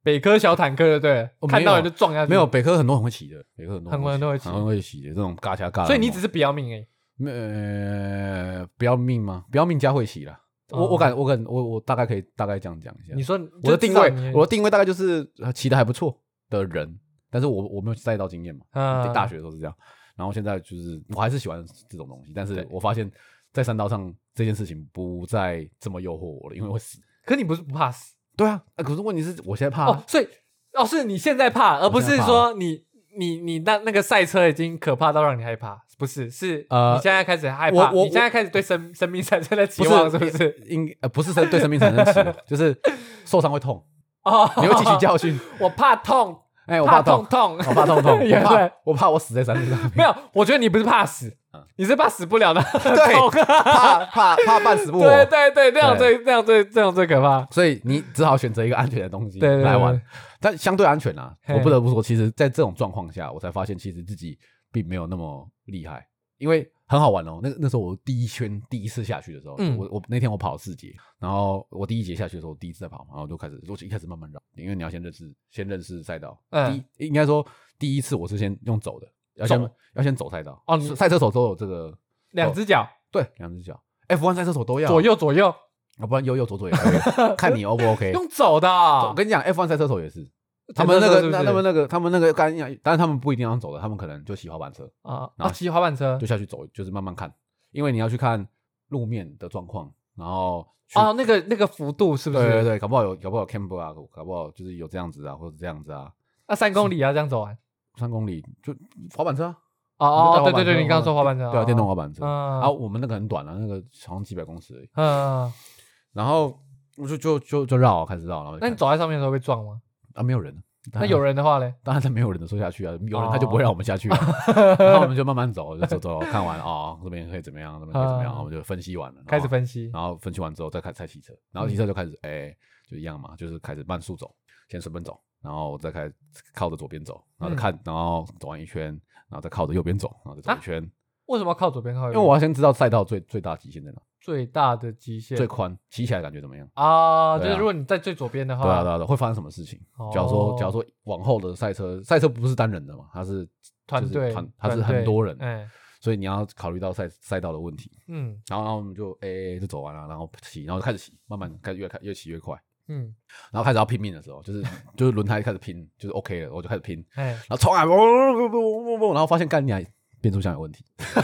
Speaker 1: 北科小坦克对不对
Speaker 2: 哦？没有
Speaker 1: 看到人就撞下去，
Speaker 2: 没有，北科很多很会骑的，北科很多
Speaker 1: 很多人都会骑
Speaker 2: 很多人会骑的这种嘎掐嘎的那种。
Speaker 1: 所以你只是不要命而已。
Speaker 2: 呃不要命吗？不要命加会骑啦。
Speaker 1: 哦
Speaker 2: 我我敢我敢我我大概可以大概这样讲一下
Speaker 1: 你。说
Speaker 2: 我的定位，我
Speaker 1: 我
Speaker 2: 的定位大概就是呃骑的还不错的人，但是我我没有赛道经验嘛，
Speaker 1: 嗯
Speaker 2: 大学的时候是这样。然后现在就是我还是喜欢这种东西，但
Speaker 1: 对
Speaker 2: 是我发现，在山道上这件事情不再这么诱惑我了，因为会死。
Speaker 1: 可你不是不怕死
Speaker 2: 对啊，啊可是问题是我现在怕啊、
Speaker 1: 哦，所以哦是你现在怕，而不
Speaker 2: 我
Speaker 1: 是
Speaker 2: 现在怕
Speaker 1: 说你你你那那个赛车已经可怕到让你害怕，不是是
Speaker 2: 呃
Speaker 1: 你现在开始害怕，
Speaker 2: 我我
Speaker 1: 你现在开始对生生命产生了期
Speaker 2: 不
Speaker 1: 望，是
Speaker 2: 是
Speaker 1: 不是？
Speaker 2: 应呃不是生 对生命产生期望，就是受伤会痛，
Speaker 1: 哦，
Speaker 2: 你会汲取教训。
Speaker 1: 我怕痛，
Speaker 2: 哎，我
Speaker 1: 怕
Speaker 2: 怕
Speaker 1: 痛
Speaker 2: 痛，
Speaker 1: 痛，
Speaker 2: 我怕痛痛，
Speaker 1: 也
Speaker 2: 我
Speaker 1: 对
Speaker 2: 怕，我怕我死在山路上，
Speaker 1: 没有，我觉得你不是怕死
Speaker 2: 嗯，
Speaker 1: 你是怕死不了的，
Speaker 2: 对
Speaker 1: 痛
Speaker 2: 怕怕怕半死不
Speaker 1: 对
Speaker 2: 活。
Speaker 1: 对对，这样最这样最这样最可怕。
Speaker 2: 所以你只好选择一个安全的东西
Speaker 1: 对对对
Speaker 2: 来玩，但相对安全啊，
Speaker 1: 嘿
Speaker 2: 我不得不说，其实，在这种状况下，我才发现其实自己并没有那么厉害，因为很好玩哦。那那时候我第一圈第一次下去的时候，
Speaker 1: 嗯
Speaker 2: 我我那天我跑了四节，然后我第一节下去的时候，我第一次在跑嘛，然后我就开始，我就一开始慢慢绕，因为你要先认识先认识赛道。
Speaker 1: 嗯
Speaker 2: 第一应该说第一次我是先用走的，要先
Speaker 1: 走
Speaker 2: 要先走赛道。
Speaker 1: 哦你
Speaker 2: 赛车手都有这个
Speaker 1: 两只脚
Speaker 2: 对两只脚，F1 赛车手都要
Speaker 1: 左右左右
Speaker 2: 啊，不然右右左左也可以，看你 O 不 OK。
Speaker 1: 用走的
Speaker 2: 我
Speaker 1: 哦，
Speaker 2: 跟你讲，F1 赛车手也是，他
Speaker 1: 赛车
Speaker 2: 们那
Speaker 1: 手
Speaker 2: 个
Speaker 1: 是不是
Speaker 2: 那他们那个他们那个干呀，但是他们不一定要走的，他们可能就骑滑板车
Speaker 1: 啊
Speaker 2: 然
Speaker 1: 啊，
Speaker 2: 后
Speaker 1: 骑滑板车
Speaker 2: 就下去走，就是慢慢看，因为你要去看路面的状况，然后去
Speaker 1: 哦，那个那个幅度是不
Speaker 2: 对对
Speaker 1: 是？
Speaker 2: 对，搞不好有搞不好有 camber 啊，搞不好就是有这样子啊，或者这样子啊，
Speaker 1: 那三公里要这样走完。
Speaker 2: 三公里就滑板车啊，
Speaker 1: 哦哦，
Speaker 2: 你就带滑板
Speaker 1: 对对
Speaker 2: 车
Speaker 1: 对，你刚刚说滑板车，
Speaker 2: 对啊，
Speaker 1: 哦
Speaker 2: 电动滑板车
Speaker 1: 嗯
Speaker 2: 啊，我们那个很短了，那个好像几百公尺而已，
Speaker 1: 嗯，
Speaker 2: 然后我就就就就绕啊，开始绕，然后就
Speaker 1: 那你
Speaker 2: 看
Speaker 1: 走在上面的时候被撞 吗？
Speaker 2: 啊没有人，
Speaker 1: 那有人的话嘞，
Speaker 2: 当然他没有人的时候下去啊，有人他就
Speaker 1: 哦
Speaker 2: 不会让我们下去、啊， 然后我们就慢慢走，就走走，看完哦，这边可以怎么样，这边可以怎么样，
Speaker 1: 嗯
Speaker 2: 我们就分析完了，
Speaker 1: 开始
Speaker 2: 然后，
Speaker 1: 分析。嗯
Speaker 2: 然后分析完之后再开再骑车，然后骑车就开始哎、就一样嘛，就是开始慢速走，先随便走，然后再开靠着左边走，然后
Speaker 1: 嗯
Speaker 2: 再看，然后走完一圈，然后再靠着右边走，然后再
Speaker 1: 啊
Speaker 2: 走一圈，
Speaker 1: 为什么要靠左边靠右边？
Speaker 2: 因为我要先知道赛道最最大极限在哪，
Speaker 1: 最大的极限
Speaker 2: 最宽，骑起来感觉怎么样。
Speaker 1: 啊，就
Speaker 2: 对啊
Speaker 1: 是如果你在最左边的
Speaker 2: 对啊，对
Speaker 1: 话，
Speaker 2: 啊，对啊会发生什么事情？假如
Speaker 1: 哦
Speaker 2: 说，假如说往后的赛车，赛车不是单人的嘛，它是
Speaker 1: 团
Speaker 2: 就是
Speaker 1: 队
Speaker 2: 团，它是
Speaker 1: 团
Speaker 2: 很
Speaker 1: 队
Speaker 2: 多人，
Speaker 1: 哎，
Speaker 2: 所以你要考虑到赛赛道的问题。
Speaker 1: 嗯
Speaker 2: 然后，然后我们就哎、就走完了，然后骑，然后就开始骑，慢慢开始越开越骑越快，
Speaker 1: 嗯，
Speaker 2: 然后开始要拼命的时候，就是就是轮胎开始拼，就是 OK 了，我就开始拼，
Speaker 1: 哎，
Speaker 2: 然后冲啊，嗡嗡嗡嗡嗡嗡然后发现干你还变速箱有问题，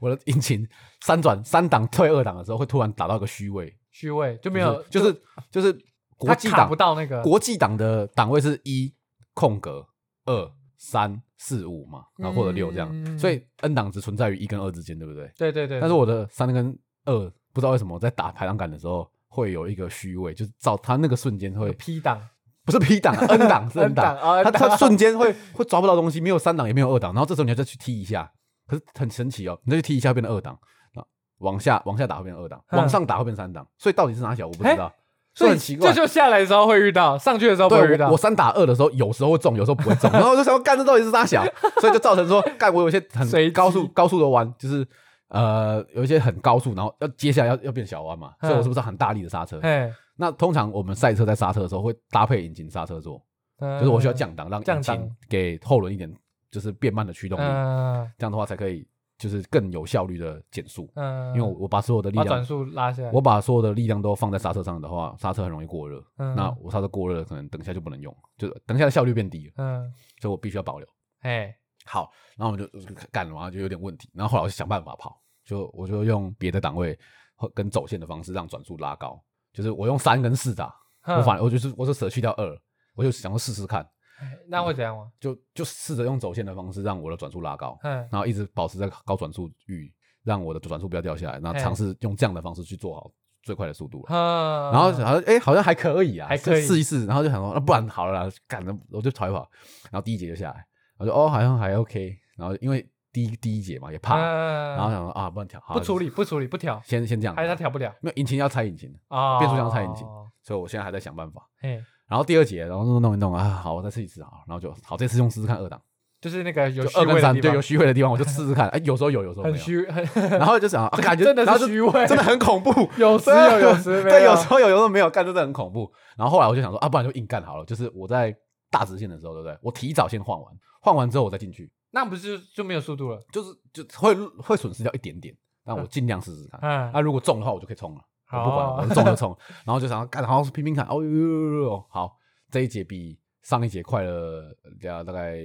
Speaker 2: 我的引擎三转三档退二档的时候会突然打到一个虚位，
Speaker 1: 虚位就
Speaker 2: 就
Speaker 1: 没有，
Speaker 2: 是就是就是国
Speaker 1: 它
Speaker 2: 际
Speaker 1: 卡
Speaker 2: 档
Speaker 1: 不到那个，
Speaker 2: 国际档的档位是一空格二三四五嘛，然后或者六这样，
Speaker 1: 嗯
Speaker 2: 所以 N 档只存在于一跟二之间，对不对？
Speaker 1: 对对对，
Speaker 2: 但是我的三跟二不知道为什么在打排档杆的时候会有一个虚位，就是照它那个瞬间 会
Speaker 1: P 档
Speaker 2: 不是 P 档啊 N 档是 N 档，
Speaker 1: 啊，
Speaker 2: 它
Speaker 1: N
Speaker 2: 它
Speaker 1: 档
Speaker 2: 瞬间会会抓不到东西，没有三档也没有二档，然后这时候你要再去踢一下，可是很神奇哦，你再去踢一下会变成二档，啊往下往下打会变成二档，
Speaker 1: 嗯
Speaker 2: 往上打会变三档，所以到底是哪小我不知道，
Speaker 1: 所
Speaker 2: 所
Speaker 1: 以
Speaker 2: 以很奇怪
Speaker 1: 这。就下来的时候会遇到，上去的时候不会遇
Speaker 2: 对，我
Speaker 1: 到
Speaker 2: 我。三打二的时候，有时候会中，有时候不会 中，然后我就想说，干这到底是啥小，所以就造成说，干我有一些
Speaker 1: 随
Speaker 2: 很
Speaker 1: 机
Speaker 2: 高速高速的弯，就是呃有一些很高速，然后要接下来要要变小弯嘛，
Speaker 1: 嗯
Speaker 2: 所以我是不是很大力的刹车？
Speaker 1: 哎，
Speaker 2: 那通常我们赛车在刹车的时候会搭配引擎刹车做，
Speaker 1: 就
Speaker 2: 就是我需要降档，让
Speaker 1: 嗯降
Speaker 2: 引
Speaker 1: 档
Speaker 2: 擎给后轮一点就是变慢的驱动力，
Speaker 1: 嗯
Speaker 2: 这样的话才可以就是更有效率的减速，
Speaker 1: 嗯，
Speaker 2: 因为我我把所有的力
Speaker 1: 把转
Speaker 2: 量。
Speaker 1: 速拉下来，
Speaker 2: 我把所有的力量都放在刹车上的话，刹车很容易过热。
Speaker 1: 嗯
Speaker 2: 那我刹车过热，可能等一下就不能用，就是等一下的效率变低了。
Speaker 1: 嗯，
Speaker 2: 所以我必须要保留。
Speaker 1: 哎，
Speaker 2: 好，然后我们就就干了，然后就有点问题。然后后来我就想办法跑，就我就用别的档位和跟走线的方式让转速拉高，就是我用三跟四打，我
Speaker 1: 哼
Speaker 2: 反我就是我就舍去掉二，我就想要试试看，
Speaker 1: 哎那会怎样吗？
Speaker 2: 就就试着用走线的方式让我的转速拉高，
Speaker 1: 嗯
Speaker 2: 然后一直保持在高转速域，让我的转速不要掉下来，然后
Speaker 1: 哎
Speaker 2: 尝试用这样的方式去做好最快的速度了。
Speaker 1: 哼，
Speaker 2: 然后好像哎、诶好像还可以啊，
Speaker 1: 还可以
Speaker 2: 试一试。然后就想说，啊那不然好了啦，干了我就跑一跑。然后第一节就下来，我就哦好像还 OK。然后因为第一第一节嘛也怕，
Speaker 1: 嗯
Speaker 2: 然后想说啊不然调好
Speaker 1: 不处理，不处理，不调，
Speaker 2: 先先这样，
Speaker 1: 还是他调不了
Speaker 2: 没有引擎要拆引擎，
Speaker 1: 啊？
Speaker 2: 变速箱拆引擎所以我现在还在想办法。
Speaker 1: 嘿，
Speaker 2: 然后第二节，然后弄弄一弄啊，好，我再试一次好了，然后就好，这次用试试看二档，
Speaker 1: 就是那个有
Speaker 2: 就
Speaker 1: 虚
Speaker 2: 二
Speaker 1: 位
Speaker 2: 跟
Speaker 1: 的
Speaker 2: 三，
Speaker 1: 地
Speaker 2: 对，
Speaker 1: 方
Speaker 2: 有，虚位的地方，我就试试看，哎，有时候有，有时候没
Speaker 1: 很
Speaker 2: 有，
Speaker 1: 虚， 很
Speaker 2: 然后就想啊，感觉
Speaker 1: 真的
Speaker 2: 然后就是
Speaker 1: 虚位，
Speaker 2: 真的很恐怖，
Speaker 1: 有时有，有时没
Speaker 2: 对，有时候有，有时候没有，干真的很恐怖。然后后来我就想说，啊，不然就硬干好了。就是我在大直线的时候，对不对？我提早先换完，换完之后我再进去，
Speaker 1: 那不是就就没有速度了？
Speaker 2: 就是就会会损失掉一点点。但我尽量试试看。
Speaker 1: 嗯哦
Speaker 2: 那、，如果中的话，我就可以冲了，啊我不管了，
Speaker 1: 好
Speaker 2: 我就中就冲。然后就想要干，然后拼命看，哦呦呦呦呦，好，这一节比上一节快了大大概，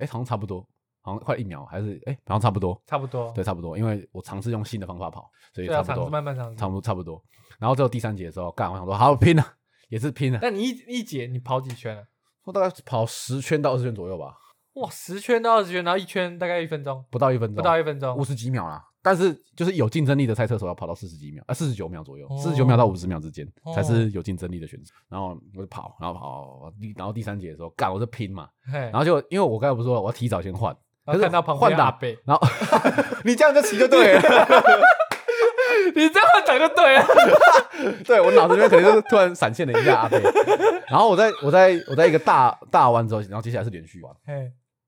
Speaker 2: 哎，好像差不多，好像快一秒，还是哎，好像差不多，
Speaker 1: 差不多，
Speaker 2: 对，差不多。因为我尝试用新的方法跑，所以
Speaker 1: 对啊，
Speaker 2: 差不
Speaker 1: 场
Speaker 2: 多
Speaker 1: 子。慢慢场
Speaker 2: 差
Speaker 1: 子。
Speaker 2: 不多差不多。然后最后第三节的时候，干，我想说好拼了，也是拼了，
Speaker 1: 那你一一节你跑几圈啊？
Speaker 2: 我大概跑十圈到二十圈左右吧，
Speaker 1: 哇，十圈到二十圈，然后一圈大概一分钟，
Speaker 2: 不到一分钟，
Speaker 1: 不到一分钟
Speaker 2: 五，十几秒啦，但是就是有竞争力的赛车手要跑到四十几秒啊，四十九秒左右
Speaker 1: 哦，
Speaker 2: 四十九秒到五十秒之间
Speaker 1: 哦
Speaker 2: 才是有竞争力的选手。然后我就跑，然后跑，然后第三节的时候，干我就拼嘛，
Speaker 1: 然
Speaker 2: 然后就因为我刚才不是说我要提早先换，
Speaker 1: 然后看到旁边
Speaker 2: 换打
Speaker 1: 阿伯，
Speaker 2: 然 后你这样就骑就对 了。
Speaker 1: 你这样讲就对了。
Speaker 2: 对我脑子里面可能就是突然闪现了一下阿贝，然后我在我在我在一个大大弯之后，然后接下来是连续弯，
Speaker 1: 嘿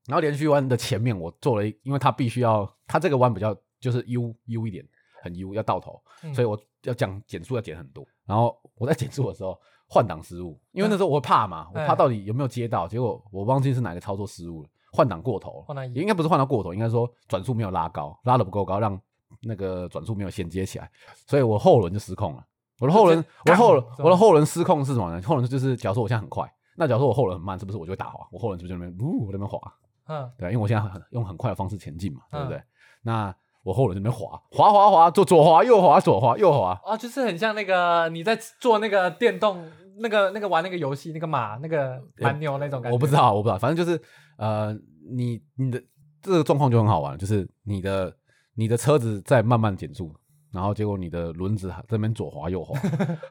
Speaker 2: 然后连续弯的前面我做了一，因为它必须要它这个弯比较就是 U U 一点，很 U 要到头，
Speaker 1: 嗯
Speaker 2: 所以我要讲减速要减很多。然后我在减速的时候换挡失误，因为那时候我会怕嘛，我
Speaker 1: 嗯
Speaker 2: 怕到底有没有接到，结果我忘记是哪个操作失误了，换挡过头
Speaker 1: 换到
Speaker 2: 了，
Speaker 1: 一
Speaker 2: 也应该不是换到过头，应该说转速没有拉高，拉的不够高，让那个转速没有衔接起来，所以我后轮就失控了。我的后轮
Speaker 1: 就，
Speaker 2: 我的后轮
Speaker 1: 这样，
Speaker 2: 我的后轮失控是什么呢？后轮就是，假如说我现在很快，那假如说我后轮很慢，是不是我就会打滑？我后轮是不是就在那边，呜、我在那边滑？
Speaker 1: 嗯，
Speaker 2: 对，因为我现在很用很快的方式前进嘛，对不对？
Speaker 1: 嗯
Speaker 2: 那我后轮这边滑滑滑滑，左左滑右滑左滑右滑，
Speaker 1: 哦，就是很像那个你在做那个电动那个那个玩那个游戏那个马那个蛮牛那种感觉。
Speaker 2: 我不知道，我不知道，反正就是呃，你你的这个状况就很好玩，就是你的你的车子在慢慢减速，然后结果你的轮子还在那边左滑 右滑，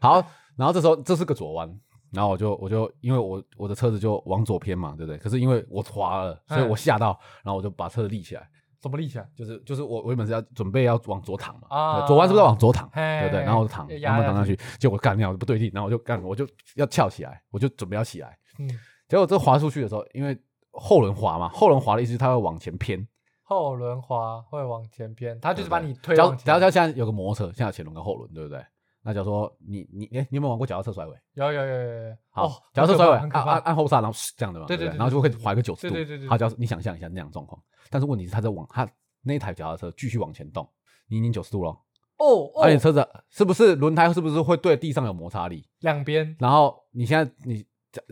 Speaker 2: 好，然后这时候这是个左弯。然后我就我就因为我我的车子就往左偏嘛，对不对？可是因为我滑了，所以我
Speaker 1: 嗯
Speaker 2: 吓到，然后我就把车子立起来，
Speaker 1: 怎么立起来。
Speaker 2: 就是就是我我原本是要准备要往左躺嘛，
Speaker 1: 啊
Speaker 2: 对左弯是不是要往左躺，
Speaker 1: 嘿
Speaker 2: 对不对？然后我就躺，
Speaker 1: 压
Speaker 2: 然后
Speaker 1: 下
Speaker 2: 躺上去，结果干掉不对劲，然后我就干我就要翘起来，我就准备要起来，
Speaker 1: 嗯，
Speaker 2: 结果这滑出去的时候，因为后轮滑嘛，后轮滑的意思是它会往前偏，
Speaker 1: 后轮滑会往前偏，它就是
Speaker 2: 对
Speaker 1: 把你推
Speaker 2: 假如
Speaker 1: 往前
Speaker 2: 假。如说现在有个摩托车，现在有前轮跟后轮，对不对？那假如说你你哎、你有没有玩过脚踏车甩尾？
Speaker 1: 有有有有有。
Speaker 2: 好，
Speaker 1: 哦
Speaker 2: 脚踏车甩尾，
Speaker 1: 很
Speaker 2: 按
Speaker 1: 可怕
Speaker 2: 按
Speaker 1: 很可怕。
Speaker 2: 按后刹，然后嘶这样的嘛，
Speaker 1: 对
Speaker 2: 对不
Speaker 1: 对对
Speaker 2: 然后就会
Speaker 1: 对对
Speaker 2: 滑一个九十
Speaker 1: 对
Speaker 2: 度，
Speaker 1: 对对对
Speaker 2: 好，假如你想象一下那样的状况，但是问题是它在往它那台脚踏车继续往前动，你已经九十度了。
Speaker 1: 哦
Speaker 2: 而且
Speaker 1: 哦，
Speaker 2: 车子啊是不是轮胎是不是会对地上有摩擦力？
Speaker 1: 两边，
Speaker 2: 然后你现在你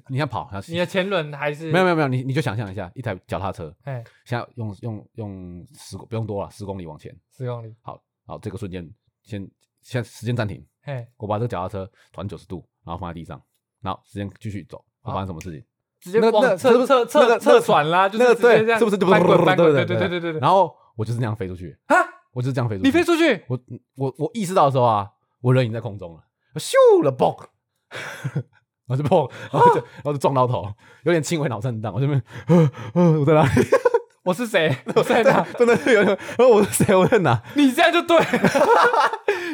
Speaker 2: 你现在跑，然后
Speaker 1: 你的前轮还是
Speaker 2: 没有没有没有，你你就想象一下，一台脚踏车
Speaker 1: 有，哎，
Speaker 2: 现在用用用十不用多了，十公里往前，
Speaker 1: 十公里，
Speaker 2: 好，好，这个瞬间先先时间暂停，
Speaker 1: 嘿，
Speaker 2: 我把这个脚踏车转九十度，然后放在地上，然后时间继续走，会
Speaker 1: 啊
Speaker 2: 发生什么事情？
Speaker 1: 直接
Speaker 2: 那
Speaker 1: 往
Speaker 2: 那是
Speaker 1: 侧
Speaker 2: 不是
Speaker 1: 侧
Speaker 2: 那
Speaker 1: 侧
Speaker 2: 个
Speaker 1: 侧转啦，就是
Speaker 2: 那个
Speaker 1: 直接这
Speaker 2: 对，
Speaker 1: 样
Speaker 2: 是不是就
Speaker 1: 翻滚翻滚？对
Speaker 2: 对
Speaker 1: 对对对对对。
Speaker 2: 然后我就是那样飞出去，
Speaker 1: 啊，
Speaker 2: 我就是这样飞出去。
Speaker 1: 你飞出去，
Speaker 2: 我我我意识到的时候啊，我人已经在空中了，咻了嘣， 我就砰，然
Speaker 1: 哦
Speaker 2: 后就然后就撞到头，有点轻微脑震荡，我这边呃呃我在哪里？
Speaker 1: 我是谁？我在哪？
Speaker 2: 真的是有点，呃我是谁？我在哪？
Speaker 1: 你这样就对了，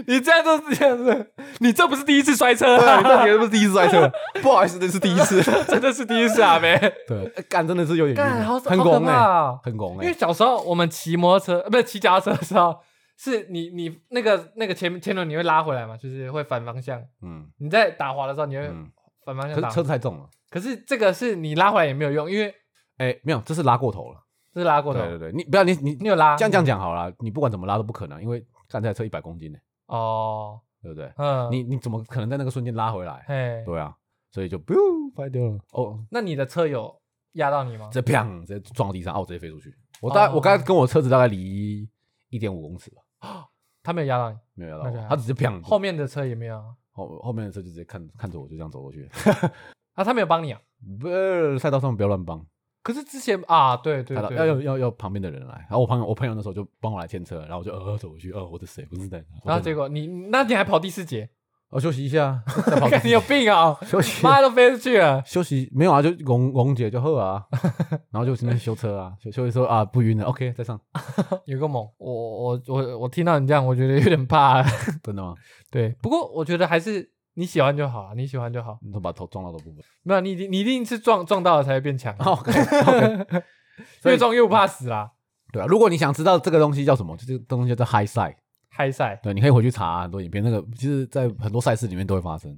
Speaker 1: 你这样就是这样子，你这不是第一次摔车
Speaker 2: 对，
Speaker 1: 啊，
Speaker 2: 那你是不是第一次摔车？ 不好意思，这是第一 次。
Speaker 1: 真的是第一次啊，没。
Speaker 2: 对， 干真的是有点
Speaker 1: 干
Speaker 2: 晕
Speaker 1: 好
Speaker 2: 很
Speaker 1: 好可
Speaker 2: 拱
Speaker 1: 怕
Speaker 2: 哎，
Speaker 1: 啊！
Speaker 2: 很拱
Speaker 1: 因
Speaker 2: 哎
Speaker 1: 为。小时候我们骑摩托车，呃不是骑脚踏车的时候，是你你那个那个前前轮你会拉回来嘛，就是会反方向。
Speaker 2: 嗯
Speaker 1: 你在打滑的时候，你会
Speaker 2: 嗯，
Speaker 1: 反方
Speaker 2: 可
Speaker 1: 向
Speaker 2: 是
Speaker 1: 呃打。
Speaker 2: 车子太重了。
Speaker 1: 可是这个是你拉回来也没有用，因为
Speaker 2: 哎，没有，这是拉过头了。
Speaker 1: 这是拉过
Speaker 2: 对
Speaker 1: 头，
Speaker 2: 对对，你不要你你
Speaker 1: 你有拉
Speaker 2: 这样这样讲好了，你不管怎么拉都不可能，因为干这台车一百公斤呢，欸
Speaker 1: 哦，
Speaker 2: 对不对？
Speaker 1: 嗯，
Speaker 2: 你你怎么可能在那个瞬间拉回来？
Speaker 1: 嘿，
Speaker 2: 对啊，所以就 b 拍掉了。哦，
Speaker 1: 那你的车有压到你吗？
Speaker 2: 这砰直接撞到地上，哦，我直接飞出去。我大概、
Speaker 1: 哦
Speaker 2: 我刚才跟我车子大概离一点五公尺吧，
Speaker 1: 他没有压到你，
Speaker 2: 没有压
Speaker 1: 那
Speaker 2: 到
Speaker 1: 就还
Speaker 2: 我，
Speaker 1: 好
Speaker 2: 他只是砰
Speaker 1: 后
Speaker 2: 后
Speaker 1: 面的车也没有啊，
Speaker 2: 后后面的车就直接看看着我就这样走过去。
Speaker 1: 啊他没有帮你啊。
Speaker 2: 不，赛道上不要乱帮，
Speaker 1: 可是之前啊，对对
Speaker 2: 赛道
Speaker 1: 对，
Speaker 2: 要要要要旁边的人来。然后我朋友我朋友那时候就帮我来牵车，然后我就呃走过去，呃我的谁不是在哪？
Speaker 1: 然后啊结
Speaker 2: 果
Speaker 1: 果你，那你还跑第四节，
Speaker 2: 我休息一下，啊 再跑
Speaker 1: 你有病啊、
Speaker 2: 休息
Speaker 1: 妈都飞出去了，
Speaker 2: 休息没有啊，就龙龙姐就喝啊，然后就那边修车啊，修修一说啊不晕了，OK 再上，
Speaker 1: 有个猛，我我我我听到你这样，我觉得有点怕。
Speaker 2: 真的吗？
Speaker 1: 对，不过我觉得还是你喜欢就好啊，你喜欢就好。
Speaker 2: 你都把头撞到都不稳。
Speaker 1: 没有，你一定你一定是撞撞到了才会变强，
Speaker 2: OK OK，所以
Speaker 1: 越撞越不怕死啦。
Speaker 2: 对啊，如果你想知道这个东西叫什么，这个东西叫 high side，
Speaker 1: 嗨赛，
Speaker 2: 对，你可以回去查啊很多影片，那个其实在很多赛事里面都会发生。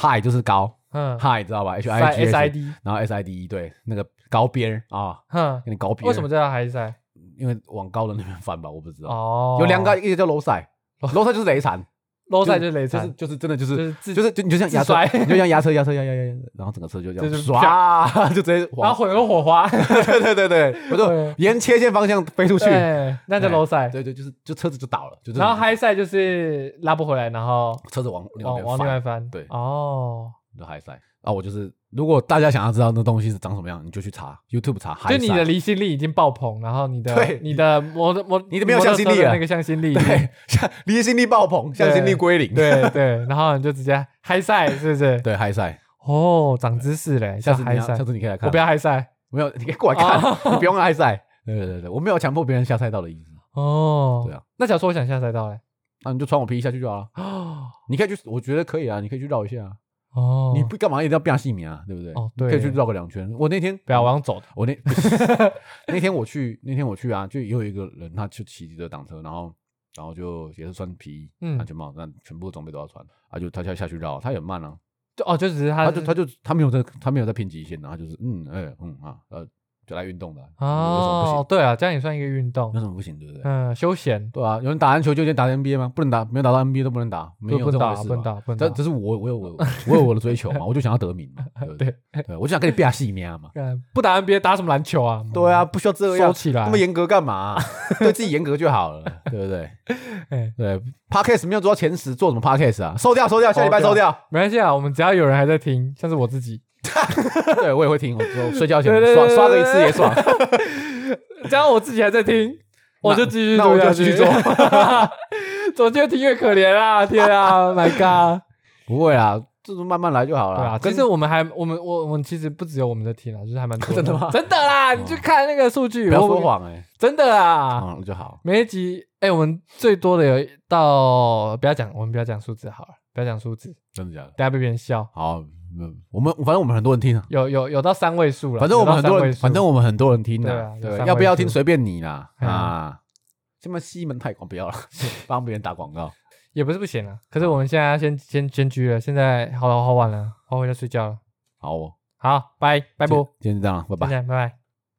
Speaker 2: high 就是高
Speaker 1: 嗯
Speaker 2: ，high 知道吧？H I G
Speaker 1: ，S I
Speaker 2: H，
Speaker 1: D，
Speaker 2: 然后 S I D E，对，那个高边儿啊，
Speaker 1: 哼，
Speaker 2: 给你高边儿。
Speaker 1: 为什么叫嗨赛？
Speaker 2: 因为往高的那边翻吧，我不知道。
Speaker 1: 哦，
Speaker 2: 有两个，一个叫 low side。low side 就是 雷残，
Speaker 1: low 赛就是雷
Speaker 2: 就是
Speaker 1: 战，
Speaker 2: 就是真的就
Speaker 1: 就是是自
Speaker 2: 就是就你就像
Speaker 1: 自
Speaker 2: 压车
Speaker 1: 摔，
Speaker 2: 你就像压车压车压压压，压然后整个车就这
Speaker 1: 就是
Speaker 2: 样唰， 就直接
Speaker 1: 然后
Speaker 2: 往，
Speaker 1: 混个火花，
Speaker 2: 对对对对，
Speaker 1: 对
Speaker 2: 我就沿切线方向飞出去，
Speaker 1: 对，那叫
Speaker 2: 哎
Speaker 1: low 赛。
Speaker 2: 对对，就是就车子就倒了，就这
Speaker 1: 然后
Speaker 2: 种
Speaker 1: 嗨赛就是拉不回来，然后
Speaker 2: 车子往另外
Speaker 1: 往
Speaker 2: 一
Speaker 1: 往
Speaker 2: 边
Speaker 1: 另
Speaker 2: 翻
Speaker 1: 外翻。
Speaker 2: 对
Speaker 1: 哦，
Speaker 2: 就嗨塞。啊，我就是如果大家想要知道那东西是长什么样，你就去查 YouTube 查海
Speaker 1: 就
Speaker 2: 闪，
Speaker 1: 你的离心力已经爆棚，然后你的
Speaker 2: 对
Speaker 1: 你的摩摩
Speaker 2: 你的没有向心力
Speaker 1: 摩托车的
Speaker 2: 了
Speaker 1: 那个向心力，
Speaker 2: 对，像离心力爆棚，向心力归零，
Speaker 1: 对对，然后你就直接嗨赛是不是？
Speaker 2: 对，嗨赛，
Speaker 1: 哦，长知识嘞，
Speaker 2: 下
Speaker 1: 叫
Speaker 2: 次你
Speaker 1: 嗨
Speaker 2: 要，
Speaker 1: 赛
Speaker 2: 下，次你可以来看，
Speaker 1: 我不要嗨赛
Speaker 2: 没有，你可以过来
Speaker 1: 哦
Speaker 2: 看，你不用嗨赛，对对对对，我没有强迫别人下赛道的意思，
Speaker 1: 哦。
Speaker 2: 对啊，
Speaker 1: 那假如说我想下赛道 嘞，
Speaker 2: 那你就穿我皮衣下去就好了，
Speaker 1: 哦
Speaker 2: 你可以去，我觉得可以啊，你可以去绕一下啊，
Speaker 1: 哦，
Speaker 2: 你不干嘛一定要变细名啊，对不对？
Speaker 1: 哦
Speaker 2: 你可以
Speaker 1: 对
Speaker 2: 去绕个两圈。我那天
Speaker 1: 不要，我想走的，
Speaker 2: 我那那天我去，那天我去啊，就也有一个人，他就骑着挡车，然后然后就也是穿皮衣、
Speaker 1: 嗯
Speaker 2: 安全帽，那全部装备都要穿啊，就他下下去绕，他也慢啊，
Speaker 1: 就哦，就只是他
Speaker 2: 他就他就他没有在他没有在拼极限的，他就是嗯哎、嗯啊呃就来运动的啊，有什么
Speaker 1: 哦，对啊，这样也算一个运
Speaker 2: 不
Speaker 1: 动
Speaker 2: 行？有，什么不行？对不对？
Speaker 1: 嗯，休闲
Speaker 2: 对啊，有人打篮球就先打 NBA 吗？不能打，没有打到 NBA 都不能打，没
Speaker 1: 不
Speaker 2: 有
Speaker 1: 不
Speaker 2: 这
Speaker 1: 能打，
Speaker 2: 种回事
Speaker 1: 不能
Speaker 2: 吧
Speaker 1: 打，不能
Speaker 2: 这
Speaker 1: 打，
Speaker 2: 这是我我 有我有我有我的追求嘛，我就想要得名嘛，对不对？对，我就想跟你变戏面嘛。
Speaker 1: 嗯不打 NBA 打什么篮球啊？
Speaker 2: 对啊，不需要这
Speaker 1: 收
Speaker 2: 样，
Speaker 1: 起来
Speaker 2: 那么严格干嘛、啊 对自己严格就好了，对不对？
Speaker 1: 哎
Speaker 2: 对，podcast 没有做到前十，做什么 podcast 啊？收掉，收掉，下礼拜收掉。
Speaker 1: 没关系啊，我们只要有人还在听，像是我自 己，
Speaker 2: 对，我也会听，我我睡觉 前
Speaker 1: 对对对对
Speaker 2: 刷刷个一次也爽。
Speaker 1: 只要我自己还在听，
Speaker 2: 那
Speaker 1: 我就继续
Speaker 2: 那
Speaker 1: 录
Speaker 2: 我就
Speaker 1: 下去
Speaker 2: 继 续做，
Speaker 1: 总觉得听越可怜啊！天啊 ，My God！
Speaker 2: 不会啦，这种慢慢来就好
Speaker 1: 对
Speaker 2: 了。
Speaker 1: 啊，其
Speaker 2: 跟
Speaker 1: 实我们还我们我我们其实不只有我们在听啊，就是还蛮多
Speaker 2: 真的吗啊
Speaker 1: 真的啦，你去看那个数据，
Speaker 2: 不要
Speaker 1: 我啊
Speaker 2: 说，谎哎，
Speaker 1: 真的啦，
Speaker 2: 嗯就好。
Speaker 1: 每一集哎，我们最多的有到不要讲，我们不要讲数字好了，不要讲数字，
Speaker 2: 真的假的？
Speaker 1: 大家被别人笑。
Speaker 2: 好，嗯我们反正我们很多人听啊，
Speaker 1: 有有有到三位数了，
Speaker 2: 反正我们
Speaker 1: 啊有
Speaker 2: 很
Speaker 1: 到
Speaker 2: 多
Speaker 1: 三位
Speaker 2: 人，
Speaker 1: 数
Speaker 2: 反正我们很多人听
Speaker 1: 对啊
Speaker 2: 的
Speaker 1: 有，
Speaker 2: 对
Speaker 1: 三，
Speaker 2: 要不要
Speaker 1: 位数
Speaker 2: 听随便你啦
Speaker 1: 嗯
Speaker 2: 啊。这么西门太广，不要了， 帮别人打广告。
Speaker 1: 也不是不行啊。可是我们现在先先先居了，现在好了好晚了，我要回家睡觉了。
Speaker 2: 好哦，
Speaker 1: 好，拜拜不，
Speaker 2: 今天就这样了，拜拜
Speaker 1: 再。见，拜拜。